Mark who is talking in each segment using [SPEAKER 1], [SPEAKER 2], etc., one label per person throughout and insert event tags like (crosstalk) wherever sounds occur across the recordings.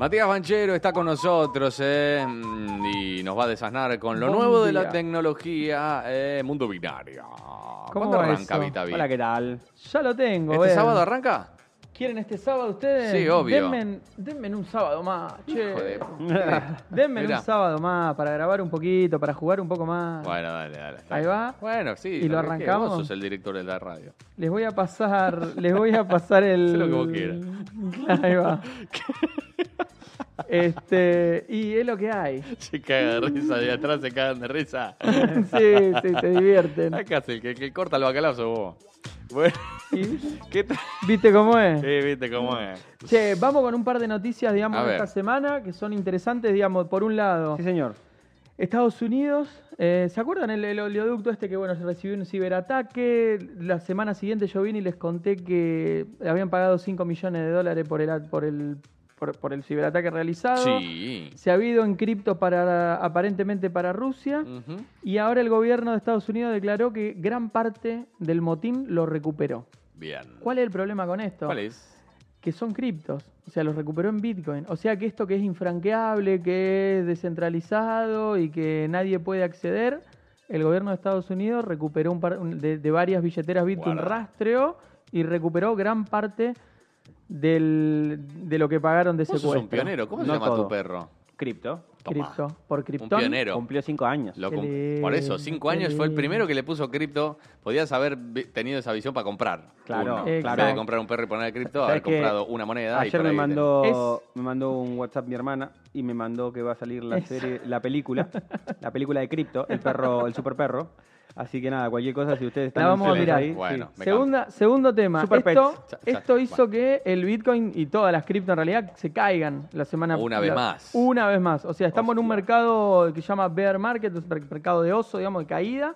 [SPEAKER 1] Matías Banchero está con nosotros eh, y nos va a desasnar con lo
[SPEAKER 2] Buen
[SPEAKER 1] nuevo de la
[SPEAKER 2] día.
[SPEAKER 1] tecnología eh, Mundo Binario.
[SPEAKER 2] ¿Cómo
[SPEAKER 1] ¿Cuándo
[SPEAKER 2] va
[SPEAKER 1] arranca
[SPEAKER 2] eso?
[SPEAKER 1] Vitavi?
[SPEAKER 2] Hola, ¿qué tal? Ya lo tengo.
[SPEAKER 1] ¿Este
[SPEAKER 2] eh.
[SPEAKER 1] sábado arranca?
[SPEAKER 2] ¿Quieren este sábado ustedes?
[SPEAKER 1] Sí, obvio.
[SPEAKER 2] Denme, denme un sábado más, che.
[SPEAKER 1] Hijo
[SPEAKER 2] (laughs)
[SPEAKER 1] de-
[SPEAKER 2] Denme
[SPEAKER 1] Mirá.
[SPEAKER 2] un sábado más para grabar un poquito, para jugar un poco más.
[SPEAKER 1] Bueno, dale, dale. está
[SPEAKER 2] Ahí
[SPEAKER 1] bien.
[SPEAKER 2] va.
[SPEAKER 1] Bueno, sí.
[SPEAKER 2] ¿Y lo
[SPEAKER 1] que quieras.
[SPEAKER 2] arrancamos?
[SPEAKER 1] Vos sos el director de la radio. (laughs)
[SPEAKER 2] Les voy a pasar, les voy a pasar el.
[SPEAKER 1] Hacé lo que vos quieras.
[SPEAKER 2] (laughs) Ahí va. Este, y es lo
[SPEAKER 1] (laughs)
[SPEAKER 2] que hay.
[SPEAKER 1] Se caga de risa, de atrás se cagan de risa.
[SPEAKER 2] Sí, sí, te divierten.
[SPEAKER 1] Acá es el que, el que corta el bacalao sos vos. Bueno, (laughs)
[SPEAKER 2] Y-
[SPEAKER 1] ¿qué tal?
[SPEAKER 2] ¿Viste cómo es?
[SPEAKER 1] Sí, viste cómo es.
[SPEAKER 2] Che, vamos con un par de noticias,
[SPEAKER 1] A
[SPEAKER 2] digamos, de
[SPEAKER 1] ver.
[SPEAKER 2] esta semana que son interesantes, digamos, por un lado.
[SPEAKER 3] Sí, señor.
[SPEAKER 2] Estados Unidos, eh, ¿se acuerdan el, el oleoducto este que bueno se recibió un ciberataque? La semana siguiente yo vine y les conté que le habían pagado 5 millones de dólares por el a- por el por, por el ciberataque realizado.
[SPEAKER 1] Sí.
[SPEAKER 2] Se ha habido en cripto para aparentemente para Rusia
[SPEAKER 1] Ujú.
[SPEAKER 2] y ahora el gobierno de Estados Unidos declaró que gran parte del motín lo recuperó.
[SPEAKER 1] Bien.
[SPEAKER 2] ¿Cuál es el problema con esto?
[SPEAKER 1] ¿Cuál es?
[SPEAKER 2] que son criptos. O sea, los recuperó en Bitcoin. O sea, que esto que es infranqueable, que es descentralizado y que nadie puede acceder, el gobierno de Estados Unidos recuperó un par un- de, de varias billeteras Bitcoin,
[SPEAKER 1] Guarda.
[SPEAKER 2] rastreó y recuperó gran parte del- de lo que pagaron de
[SPEAKER 1] Vos sos
[SPEAKER 2] secuestro.
[SPEAKER 1] un pionero. ¿Cómo se
[SPEAKER 3] No
[SPEAKER 1] llama tu
[SPEAKER 3] todo.
[SPEAKER 1] perro?
[SPEAKER 3] Cripto.
[SPEAKER 1] Tomá.
[SPEAKER 2] Cripto, por cripto.
[SPEAKER 1] Un pionero.
[SPEAKER 3] Cumplió cinco años.
[SPEAKER 1] Lo
[SPEAKER 2] Qué
[SPEAKER 1] cum-
[SPEAKER 2] lindo,
[SPEAKER 1] por eso, cinco
[SPEAKER 2] qué
[SPEAKER 1] años fue el
[SPEAKER 2] lindo.
[SPEAKER 1] primero que le puso cripto. Podías haber vi- tenido esa visión para comprar.
[SPEAKER 3] Claro,
[SPEAKER 1] uno. En
[SPEAKER 2] Exacto.
[SPEAKER 1] vez de comprar un perro y poner cripto,
[SPEAKER 3] ¿Sabés
[SPEAKER 1] haber
[SPEAKER 3] que
[SPEAKER 1] comprado una moneda. y
[SPEAKER 3] Ayer
[SPEAKER 1] por
[SPEAKER 3] me
[SPEAKER 1] ahí
[SPEAKER 3] mandó, me mandó un WhatsApp mi hermana y me mandó que va a salir la
[SPEAKER 2] Es-
[SPEAKER 3] serie, la (laughs) película, la película de cripto, el perro, el super perro. Así que nada, cualquier cosa, si ustedes están
[SPEAKER 2] La vamos a
[SPEAKER 3] interesados
[SPEAKER 2] mirar.
[SPEAKER 3] ahí, sí.
[SPEAKER 1] Bueno. Me
[SPEAKER 2] Segunda, segundo tema.
[SPEAKER 3] Super
[SPEAKER 2] esto
[SPEAKER 3] Pets.
[SPEAKER 1] Ya, ya,
[SPEAKER 2] esto hizo que el Bitcoin y todas las cripto en realidad se caigan la semana
[SPEAKER 1] Una vez
[SPEAKER 2] la-
[SPEAKER 1] más.
[SPEAKER 2] Una vez más. O sea, estamos en un mercado que se llama bear market, un mer- mercado de oso, digamos, de caída.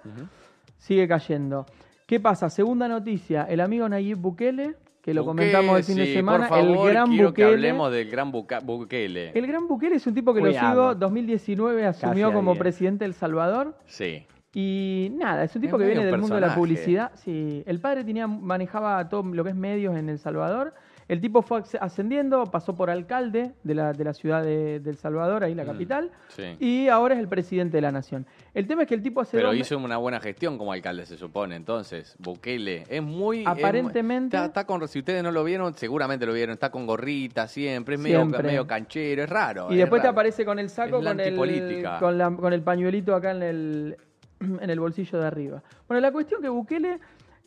[SPEAKER 2] Sigue cayendo. ¿Qué pasa? Segunda noticia. El amigo Nayib Bukele, que lo
[SPEAKER 1] Bukele,
[SPEAKER 2] comentamos el fin de
[SPEAKER 1] sí,
[SPEAKER 2] semana,
[SPEAKER 1] por favor,
[SPEAKER 2] el gran
[SPEAKER 1] quiero
[SPEAKER 2] Bukele.
[SPEAKER 1] que hablemos del gran Buca- Bukele.
[SPEAKER 2] El gran Bukele es un tipo que
[SPEAKER 3] Cuidado.
[SPEAKER 2] lo sigo. 2019 asumió
[SPEAKER 3] Casi
[SPEAKER 2] como
[SPEAKER 3] ahí, eh.
[SPEAKER 2] presidente de El Salvador.
[SPEAKER 1] Sí.
[SPEAKER 2] Y nada, es un tipo
[SPEAKER 1] Es
[SPEAKER 2] que
[SPEAKER 1] medio
[SPEAKER 2] viene
[SPEAKER 1] un
[SPEAKER 2] del mundo de la
[SPEAKER 1] personaje.
[SPEAKER 2] publicidad. Sí, el padre tenía, manejaba todo lo que es medios en El Salvador. El tipo fue acce- ascendiendo, pasó por alcalde de la, de la ciudad de, de El Salvador, ahí la
[SPEAKER 1] Mm,
[SPEAKER 2] capital.
[SPEAKER 1] sí.
[SPEAKER 2] Y ahora es el presidente de la nación. El tema es que el tipo hace
[SPEAKER 1] Pero
[SPEAKER 2] dos me-
[SPEAKER 1] hizo una buena gestión como alcalde, se supone. Entonces, Bukele es muy. es muy-
[SPEAKER 2] Aparentemente-
[SPEAKER 1] está, está con. Si ustedes no lo vieron, seguramente lo vieron. Está con gorrita siempre. Es medio,
[SPEAKER 2] Siempre.
[SPEAKER 1] medio canchero. Es raro.
[SPEAKER 2] Y
[SPEAKER 1] es
[SPEAKER 2] después te
[SPEAKER 1] raro.
[SPEAKER 2] aparece con el saco,
[SPEAKER 1] Es la
[SPEAKER 2] con el,
[SPEAKER 1] antipolítica.
[SPEAKER 2] con, la- con el pañuelito acá en el, (clears throat) en el bolsillo de arriba. Bueno, la cuestión que Bukele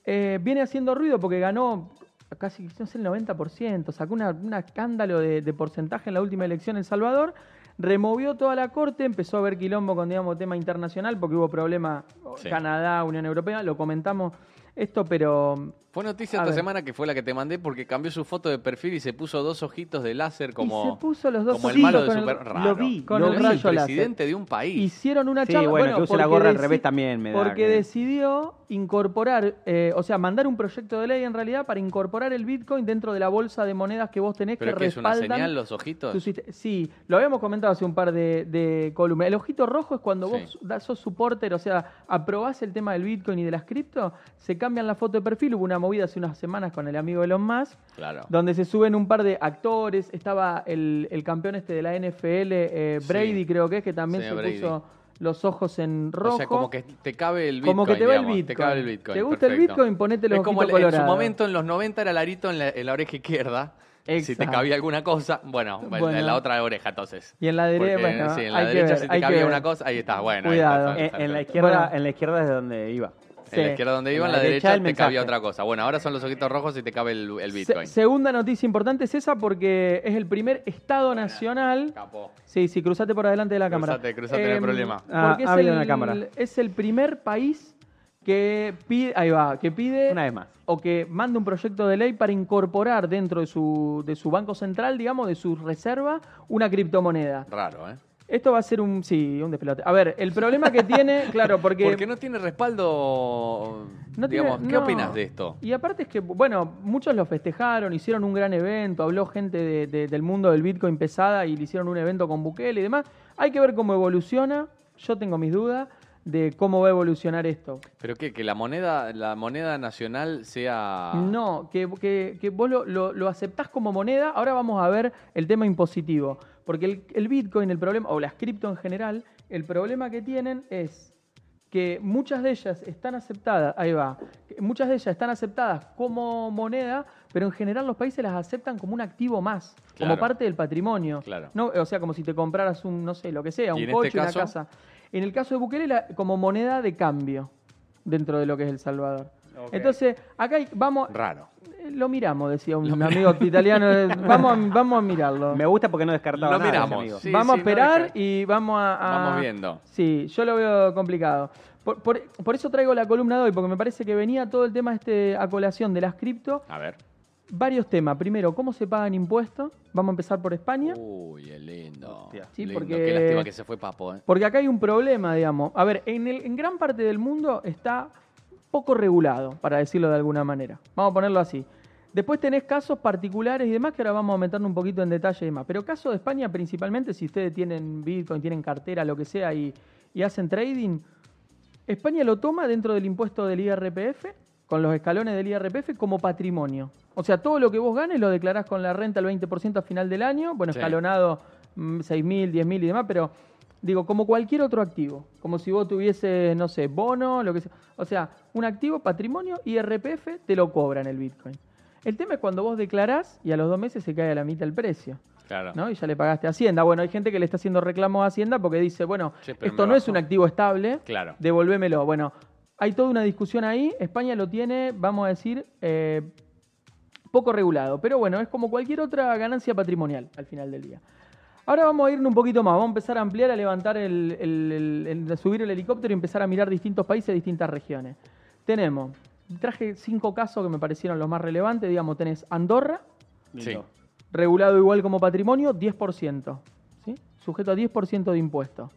[SPEAKER 2] eh, viene haciendo ruido porque ganó casi no sé, el 90%, sacó una- un escándalo de, de porcentaje en la última elección en El Salvador, removió toda la corte, empezó a haber quilombo con, digamos, tema internacional porque hubo problemas
[SPEAKER 1] Sí.
[SPEAKER 2] Canadá, Unión Europea, lo comentamos esto, pero
[SPEAKER 1] Fue noticia
[SPEAKER 2] A
[SPEAKER 1] esta
[SPEAKER 2] ver.
[SPEAKER 1] semana que fue la que te mandé porque cambió su foto de perfil y se puso dos ojitos de láser como.
[SPEAKER 2] Y se puso los dos
[SPEAKER 1] como el
[SPEAKER 2] ojitos
[SPEAKER 1] malo de
[SPEAKER 2] con el-
[SPEAKER 1] super.
[SPEAKER 2] lo
[SPEAKER 1] raro.
[SPEAKER 3] vi,
[SPEAKER 2] con
[SPEAKER 1] Lo
[SPEAKER 2] el
[SPEAKER 1] hizo
[SPEAKER 2] rayo láser.
[SPEAKER 1] presidente de un país.
[SPEAKER 2] Hicieron una
[SPEAKER 3] Sí,
[SPEAKER 2] charla.
[SPEAKER 3] bueno, que use la
[SPEAKER 2] porque
[SPEAKER 3] gorra al
[SPEAKER 2] deci-
[SPEAKER 3] revés también me da
[SPEAKER 2] Porque
[SPEAKER 3] que-
[SPEAKER 2] decidió incorporar, eh, o sea, mandar un proyecto de ley en realidad para incorporar el Bitcoin dentro de la bolsa de monedas que vos tenés
[SPEAKER 1] Pero
[SPEAKER 2] que
[SPEAKER 1] que es una
[SPEAKER 2] respaldan
[SPEAKER 1] señal los
[SPEAKER 2] tu
[SPEAKER 1] ojitos.
[SPEAKER 2] sist- Sí, lo habíamos comentado hace un par de, de columnas. El ojito rojo es cuando
[SPEAKER 1] Sí.
[SPEAKER 2] vos das, sos supporter, o sea, aprobás el tema del Bitcoin y de las cripto, se cambian la foto de perfil. Hubo una movida hace unas semanas con el amigo Elon Musk
[SPEAKER 1] Claro.
[SPEAKER 2] donde se suben un par de actores. Estaba el, el campeón este de la NFL, eh,
[SPEAKER 1] Sí.
[SPEAKER 2] Brady, creo que es, que también
[SPEAKER 1] Sí,
[SPEAKER 2] se
[SPEAKER 1] Brady.
[SPEAKER 2] puso los ojos en rojo.
[SPEAKER 1] O sea, como que te cabe el Bitcoin.
[SPEAKER 2] Como que te va el
[SPEAKER 1] digamos, Te
[SPEAKER 2] Bitcoin.
[SPEAKER 1] cabe el Bitcoin.
[SPEAKER 2] ¿Te gusta el
[SPEAKER 1] perfecto.
[SPEAKER 2] Bitcoin? Ponete los
[SPEAKER 1] Es como
[SPEAKER 2] ojitos
[SPEAKER 1] el- en su
[SPEAKER 2] colorados.
[SPEAKER 1] momento, en los 90, era el arito en la, en la oreja izquierda. Si te
[SPEAKER 2] Exacto.
[SPEAKER 1] cabía alguna cosa, bueno,
[SPEAKER 2] Bueno.
[SPEAKER 1] en la otra oreja entonces.
[SPEAKER 2] Y en la derecha,
[SPEAKER 1] Porque,
[SPEAKER 2] bueno,
[SPEAKER 1] sí, en la
[SPEAKER 2] hay que
[SPEAKER 1] derecha
[SPEAKER 2] ver,
[SPEAKER 1] si
[SPEAKER 2] hay
[SPEAKER 1] te
[SPEAKER 2] que
[SPEAKER 1] cabía
[SPEAKER 2] ver.
[SPEAKER 1] una cosa, ahí estás, bueno. ahí
[SPEAKER 2] Cuidado.
[SPEAKER 1] está, está,
[SPEAKER 3] Eh,
[SPEAKER 1] está,
[SPEAKER 3] en la
[SPEAKER 1] está.
[SPEAKER 3] izquierda,
[SPEAKER 2] Bueno.
[SPEAKER 3] en la izquierda es de donde iba.
[SPEAKER 1] En la
[SPEAKER 2] Sí.
[SPEAKER 1] izquierda donde
[SPEAKER 3] En
[SPEAKER 1] iba, en
[SPEAKER 3] la
[SPEAKER 1] la derecha,
[SPEAKER 3] derecha el
[SPEAKER 1] te cabía
[SPEAKER 3] mensaje.
[SPEAKER 1] otra cosa. Bueno, ahora son los ojitos rojos y te cabe el, el Bitcoin.
[SPEAKER 2] Se- segunda noticia importante es esa porque es el primer Estado Nacional.
[SPEAKER 1] Capó.
[SPEAKER 2] Sí, sí, cruzate por adelante de la
[SPEAKER 1] Cruzate,
[SPEAKER 2] cámara. Em, ah,
[SPEAKER 1] cruzate, no hay problema.
[SPEAKER 2] porque
[SPEAKER 3] Ah,
[SPEAKER 2] es
[SPEAKER 3] habla
[SPEAKER 2] el-
[SPEAKER 3] una cámara.
[SPEAKER 2] Es el primer país que pide, ahí va, que pide
[SPEAKER 3] Una vez más.
[SPEAKER 2] o que mande un proyecto de ley para incorporar dentro de su, de su banco central, digamos, de su reserva, una criptomoneda.
[SPEAKER 1] Raro, ¿eh?
[SPEAKER 2] Esto va a ser un, sí, un despelote. A ver, el problema que
[SPEAKER 1] (laughs)
[SPEAKER 2] tiene, claro, porque...
[SPEAKER 1] Porque no tiene respaldo.
[SPEAKER 2] no tiene-
[SPEAKER 1] digamos, ¿qué
[SPEAKER 2] no.
[SPEAKER 1] opinas de esto?
[SPEAKER 2] Y aparte es que, bueno, muchos lo festejaron, hicieron un gran evento, habló gente de- de- del mundo del Bitcoin pesada y le hicieron un evento con Bukele y demás. Hay que ver cómo evoluciona. Yo tengo mis dudas de cómo va a evolucionar esto.
[SPEAKER 1] ¿Pero qué? ¿Que la moneda, la moneda nacional sea.
[SPEAKER 2] No, que, que- que vos lo, lo- lo aceptás como moneda. Ahora vamos a ver el tema impositivo. Porque el, el Bitcoin, el problema, o las cripto en general, el problema que tienen es que muchas de ellas están aceptadas, ahí va, que muchas de ellas están aceptadas como moneda, pero en general los países las aceptan como un activo más,
[SPEAKER 1] Claro.
[SPEAKER 2] como parte del patrimonio.
[SPEAKER 1] Claro.
[SPEAKER 2] No, o sea, como si te compraras un, no sé, lo que sea,
[SPEAKER 1] ¿Y
[SPEAKER 2] un
[SPEAKER 1] en este
[SPEAKER 2] coche,
[SPEAKER 1] caso?
[SPEAKER 2] una casa. En el caso de Bukele, la- como moneda de cambio dentro de lo que es El Salvador.
[SPEAKER 3] Ok.
[SPEAKER 2] Entonces, acá hay- vamos,
[SPEAKER 1] Raro.
[SPEAKER 2] eh, Lo miramos, decía un amigo italiano. eh, Vamos, a- vamos a mirarlo.
[SPEAKER 3] Me gusta porque no descartaba
[SPEAKER 1] Lo
[SPEAKER 3] nada, ese
[SPEAKER 1] miramos.
[SPEAKER 3] amigo.
[SPEAKER 1] sí,
[SPEAKER 2] vamos
[SPEAKER 1] sí,
[SPEAKER 2] a
[SPEAKER 1] no
[SPEAKER 2] esperar
[SPEAKER 1] deja-
[SPEAKER 2] y vamos a, a-
[SPEAKER 1] Vamos viendo.
[SPEAKER 2] Sí, yo lo veo complicado. Por, por- por eso traigo la columna de hoy, porque me parece que venía todo el tema este a colación de las cripto.
[SPEAKER 1] A ver.
[SPEAKER 2] Varios temas. Primero, ¿cómo se pagan impuestos? Vamos a empezar por España.
[SPEAKER 1] Uy, qué lindo.
[SPEAKER 3] Hostia.
[SPEAKER 2] Sí,
[SPEAKER 1] Lindo,
[SPEAKER 2] porque-
[SPEAKER 1] Qué lástima que se fue Papo, ¿eh?
[SPEAKER 2] Porque acá hay un problema, digamos. A ver, en, el- en gran parte del mundo está poco regulado, para decirlo de alguna manera. Vamos a ponerlo así. Después tenés casos particulares y demás, que ahora vamos a meternos un poquito en detalle y demás. Pero caso de España, principalmente, si ustedes tienen Bitcoin, tienen cartera, lo que sea, y, y hacen trading, España lo toma dentro del impuesto del IRPF, con los escalones del IRPF, como patrimonio. O sea, todo lo que vos ganes lo declarás con la renta al 20% a final del año, bueno,
[SPEAKER 1] Sí.
[SPEAKER 2] escalonado mm, 6.000, 10.000 y demás, pero digo, como cualquier otro activo, como si vos tuvieses, no sé, bono, lo que sea. O sea, un activo, patrimonio, IRPF, te lo cobran el Bitcoin. El tema es cuando vos declarás y a los dos meses se cae a la mitad el precio.
[SPEAKER 1] Claro.
[SPEAKER 2] ¿no? Y ya le pagaste a Hacienda. Bueno, hay gente que le está haciendo reclamo a Hacienda porque dice, bueno,
[SPEAKER 1] Che, pero
[SPEAKER 2] esto
[SPEAKER 1] me
[SPEAKER 2] no es
[SPEAKER 1] bajó.
[SPEAKER 2] un activo estable,
[SPEAKER 1] Claro.
[SPEAKER 2] devolvémelo. Bueno, hay toda una discusión ahí. España lo tiene, vamos a decir, eh, poco regulado. Pero bueno, es como cualquier otra ganancia patrimonial al final del día. Ahora vamos a irnos un poquito más, vamos a empezar a ampliar, a levantar el, el- el- el- a subir el helicóptero y empezar a mirar distintos países, distintas regiones. Tenemos, traje cinco casos que me parecieron los más relevantes, digamos, tenés Andorra,
[SPEAKER 1] Sí.
[SPEAKER 3] Lindo.
[SPEAKER 2] regulado igual como patrimonio, 10%. ¿sí? Sujeto a 10% de impuesto.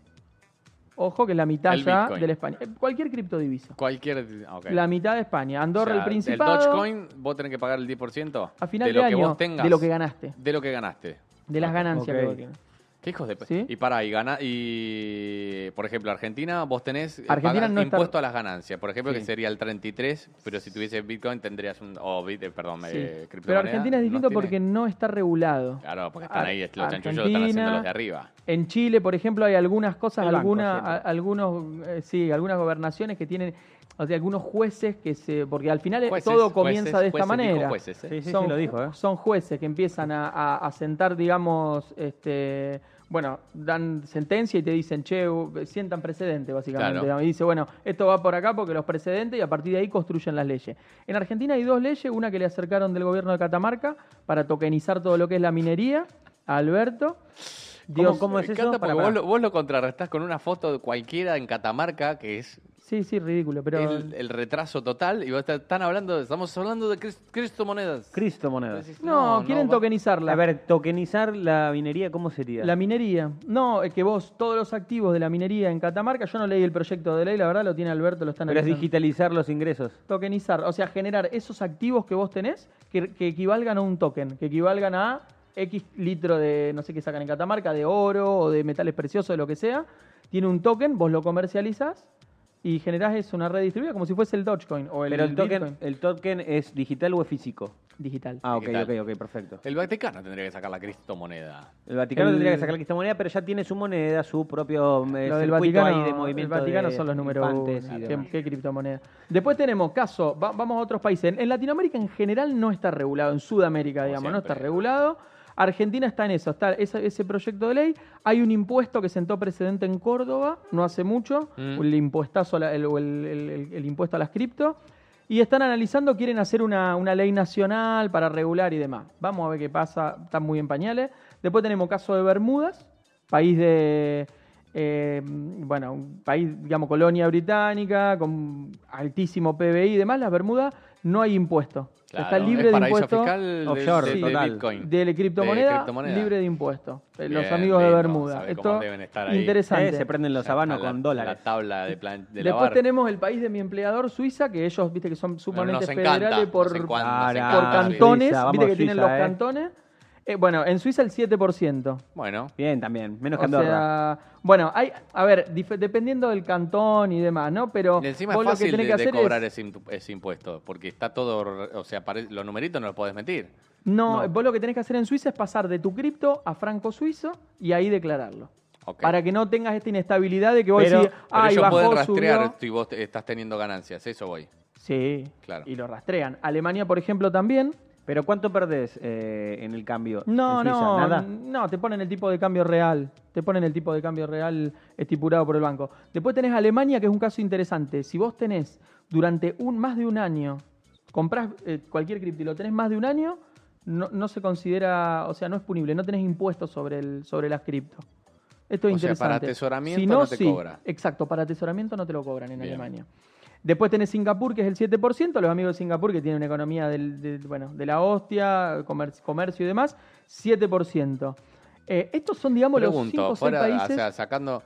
[SPEAKER 2] Ojo que es la mitad
[SPEAKER 1] El
[SPEAKER 2] ya
[SPEAKER 1] Bitcoin.
[SPEAKER 2] del España. Eh, Cualquier criptodivisa.
[SPEAKER 1] Cualquier. ah, ok.
[SPEAKER 2] La mitad de España.
[SPEAKER 1] O
[SPEAKER 2] Andorra
[SPEAKER 1] sea,
[SPEAKER 2] el Principado.
[SPEAKER 1] El Dogecoin, vos tenés que pagar el 10%
[SPEAKER 2] a final
[SPEAKER 1] de
[SPEAKER 2] de,
[SPEAKER 1] lo que
[SPEAKER 2] año,
[SPEAKER 1] vos tengas.
[SPEAKER 2] de lo que ganaste,
[SPEAKER 1] De lo que ganaste.
[SPEAKER 2] de las ganancias que
[SPEAKER 3] ok.
[SPEAKER 2] vos tengas.
[SPEAKER 1] ¿Qué hijos de pe-
[SPEAKER 2] ¿Sí?
[SPEAKER 1] Y para, y gana y por ejemplo, Argentina, vos tenés eh,
[SPEAKER 2] Argentina
[SPEAKER 1] pagás
[SPEAKER 2] no está-
[SPEAKER 1] impuesto a las ganancias, por ejemplo, que
[SPEAKER 3] Sí.
[SPEAKER 1] sería el 33, pero si tuviese Bitcoin tendrías un o Bit- eh, perdón,
[SPEAKER 2] Sí.
[SPEAKER 1] eh,
[SPEAKER 2] Pero
[SPEAKER 1] criptomoneda,
[SPEAKER 2] Argentina es
[SPEAKER 1] ¿no
[SPEAKER 2] distinto
[SPEAKER 1] tiene?
[SPEAKER 2] porque no está regulado.
[SPEAKER 1] Claro, porque están
[SPEAKER 2] Ar-
[SPEAKER 1] ahí los chanchullos lo están haciendo
[SPEAKER 2] Argentina-
[SPEAKER 1] los de arriba.
[SPEAKER 2] En Chile, por ejemplo, hay algunas cosas,
[SPEAKER 3] El banco,
[SPEAKER 2] alguna-
[SPEAKER 3] siempre.
[SPEAKER 2] a- algunos, eh, sí, algunas gobernaciones que tienen, o sea, algunos jueces que se, porque al final eh,
[SPEAKER 1] Jueces,
[SPEAKER 2] todo comienza
[SPEAKER 1] jueces,
[SPEAKER 2] de esta
[SPEAKER 1] jueces, dijo
[SPEAKER 2] manera.
[SPEAKER 1] jueces, ¿eh?
[SPEAKER 3] Sí, sí,
[SPEAKER 2] son,
[SPEAKER 3] sí, lo dijo, ¿eh?
[SPEAKER 2] son jueces que empiezan a, a- a sentar, digamos, este, bueno, dan sentencia y te dicen, che, u- sientan precedente, básicamente.
[SPEAKER 1] Claro.
[SPEAKER 2] Y dice, bueno, esto va por acá porque los precedentes y a partir de ahí construyen las leyes. En Argentina hay dos leyes, una que le acercaron del gobierno de Catamarca para tokenizar todo lo que es la minería a Alberto. Dios-
[SPEAKER 3] ¿Cómo, cómo es
[SPEAKER 1] Me
[SPEAKER 3] eso?
[SPEAKER 1] encanta
[SPEAKER 3] Pará,
[SPEAKER 1] porque
[SPEAKER 3] pará.
[SPEAKER 1] Vos, lo, vos lo contrarrestás con una foto de cualquiera en Catamarca que es
[SPEAKER 2] Sí, sí, ridículo, pero...
[SPEAKER 1] el, el retraso total y vos estás- están hablando, estamos hablando de cris- criptomonedas.
[SPEAKER 3] Cristo monedas.
[SPEAKER 1] Decís,
[SPEAKER 2] No, quieren
[SPEAKER 1] va-
[SPEAKER 2] tokenizarla.
[SPEAKER 3] A ver, tokenizar la minería, ¿cómo sería?
[SPEAKER 2] La minería. No, es que vos, todos los activos de la minería en Catamarca, yo no leí el proyecto de ley, la verdad lo tiene Alberto, lo están
[SPEAKER 3] Pero es
[SPEAKER 2] analizando.
[SPEAKER 3] digitalizar los ingresos.
[SPEAKER 2] Tokenizar, o sea, generar esos activos que vos tenés que, que equivalgan a un token, que equivalgan a X litro de, no sé qué sacan en Catamarca, de oro o de metales preciosos, de lo que sea. Tiene un token, vos lo comercializás y generás eso, una red distribuida, como si fuese el Dogecoin o el,
[SPEAKER 3] Pero el token,
[SPEAKER 2] Bitcoin.
[SPEAKER 3] el token es digital o es físico.
[SPEAKER 2] digital.
[SPEAKER 3] Ah, ok, ok,
[SPEAKER 1] Digital.
[SPEAKER 3] ok, perfecto.
[SPEAKER 1] El Vaticano tendría que sacar la criptomoneda.
[SPEAKER 3] El Vaticano
[SPEAKER 2] El-
[SPEAKER 3] tendría que sacar la moneda, pero ya tiene su moneda, su propio eh,
[SPEAKER 2] Lo del
[SPEAKER 3] circuito
[SPEAKER 2] Vaticano,
[SPEAKER 3] ahí de movimiento.
[SPEAKER 2] el Vaticano
[SPEAKER 3] de
[SPEAKER 2] son los números
[SPEAKER 3] infantes y
[SPEAKER 2] uno.
[SPEAKER 3] demás.
[SPEAKER 2] ¿Qué, qué criptomoneda? Después tenemos caso, va- vamos a otros países. En, en Latinoamérica en general no está regulado, en Sudamérica,
[SPEAKER 1] Como
[SPEAKER 2] digamos, no está
[SPEAKER 1] siempre.
[SPEAKER 2] regulado. Argentina está en eso, está ese, ese proyecto de ley. Hay un impuesto que sentó precedente en Córdoba no hace mucho,
[SPEAKER 1] Mm.
[SPEAKER 2] el impuestazo, a la- el, o el- el- el- el impuesto a las cripto. Y están analizando, quieren hacer una, una ley nacional para regular y demás. Vamos a ver qué pasa, están muy en pañales. Después tenemos caso de Bermudas, país de, eh, bueno, un país, digamos, colonia británica, con altísimo PBI y demás, las Bermudas no hay impuesto. O sea, está
[SPEAKER 1] Claro,
[SPEAKER 2] libre
[SPEAKER 1] es
[SPEAKER 2] de
[SPEAKER 1] paraíso
[SPEAKER 2] impuesto
[SPEAKER 1] fiscal de,
[SPEAKER 3] offshore,
[SPEAKER 1] de-
[SPEAKER 2] sí,
[SPEAKER 1] de
[SPEAKER 3] total.
[SPEAKER 1] Bitcoin.
[SPEAKER 2] de criptomoneda,
[SPEAKER 1] De criptomoneda.
[SPEAKER 2] libre de impuesto. Eh, los
[SPEAKER 1] Bien,
[SPEAKER 2] amigos de
[SPEAKER 1] bien, vamos
[SPEAKER 2] Bermuda.
[SPEAKER 1] a ver cómo
[SPEAKER 2] Esto
[SPEAKER 1] deben estar ahí.
[SPEAKER 2] interesante.
[SPEAKER 3] Eh, se prenden los
[SPEAKER 1] Ya
[SPEAKER 3] habanos
[SPEAKER 1] está la-
[SPEAKER 3] con dólares.
[SPEAKER 1] La tabla de, plan, de
[SPEAKER 2] Después
[SPEAKER 1] lavar.
[SPEAKER 2] tenemos el país de mi empleador, Suiza, que ellos, viste, que son
[SPEAKER 1] Pero
[SPEAKER 2] sumamente
[SPEAKER 1] nos encanta,
[SPEAKER 2] federales por,
[SPEAKER 1] nos encanta, Ah, nos
[SPEAKER 3] Claro,
[SPEAKER 1] encanta
[SPEAKER 2] por
[SPEAKER 1] Suiza.
[SPEAKER 2] cantones,
[SPEAKER 3] Suiza, vamos
[SPEAKER 2] viste que
[SPEAKER 3] a
[SPEAKER 2] tienen los
[SPEAKER 3] Suiza, eh.
[SPEAKER 2] cantones. Eh, bueno, en Suiza el 7%.
[SPEAKER 1] Bueno,
[SPEAKER 3] Bien, también. Menos que
[SPEAKER 2] O
[SPEAKER 3] Andorra.
[SPEAKER 2] sea, bueno, hay, a ver, dif- dependiendo del cantón y demás, ¿no? Pero
[SPEAKER 1] y encima
[SPEAKER 2] vos
[SPEAKER 1] es
[SPEAKER 2] lo que
[SPEAKER 1] fácil
[SPEAKER 2] tenés
[SPEAKER 1] de,
[SPEAKER 2] que
[SPEAKER 1] de
[SPEAKER 2] hacer
[SPEAKER 1] cobrar
[SPEAKER 2] es-
[SPEAKER 1] ese, impu- ese impuesto, porque está todo, re- o sea, apare- los numeritos no los podés mentir.
[SPEAKER 2] No,
[SPEAKER 3] No.
[SPEAKER 2] vos lo que tenés que hacer en Suiza es pasar de tu cripto a franco suizo y ahí declararlo.
[SPEAKER 1] Ok.
[SPEAKER 2] Para que no tengas esta inestabilidad de que vos
[SPEAKER 3] Pero-
[SPEAKER 2] decís,
[SPEAKER 1] Pero
[SPEAKER 2] ay,
[SPEAKER 1] ellos pueden
[SPEAKER 2] bajó,
[SPEAKER 1] rastrear
[SPEAKER 2] subió".
[SPEAKER 1] si vos te- estás teniendo ganancias, eso voy.
[SPEAKER 2] Sí,
[SPEAKER 1] Claro.
[SPEAKER 2] y lo rastrean. Alemania, por ejemplo, también.
[SPEAKER 3] Pero ¿cuánto perdés eh, en el cambio?
[SPEAKER 2] No,
[SPEAKER 3] en Suiza?
[SPEAKER 2] no,
[SPEAKER 3] ¿Nada?
[SPEAKER 2] no, te ponen el tipo de cambio real. Te ponen el tipo de cambio real estipulado por el banco. Después tenés Alemania, que es un caso interesante. Si vos tenés durante un, más de un año, comprás eh, cualquier cripto y lo tenés más de un año, no, no se considera, o sea, no es punible, no tenés impuestos sobre, el, sobre las cripto. Esto es
[SPEAKER 1] O sea,
[SPEAKER 2] interesante.
[SPEAKER 1] para atesoramiento
[SPEAKER 2] Si
[SPEAKER 1] no te cobra.
[SPEAKER 2] Exacto, para atesoramiento no te lo cobran en
[SPEAKER 1] Bien.
[SPEAKER 2] Alemania. Después tenés Singapur, que es el 7%. Los amigos de Singapur, que tienen una economía del- de, bueno, de la hostia, comer- comercio, y demás, 7%. Eh, estos son, digamos,
[SPEAKER 1] Pregunto,
[SPEAKER 2] los 5 o 6
[SPEAKER 1] fuera-
[SPEAKER 2] países.
[SPEAKER 1] o sea, sacando...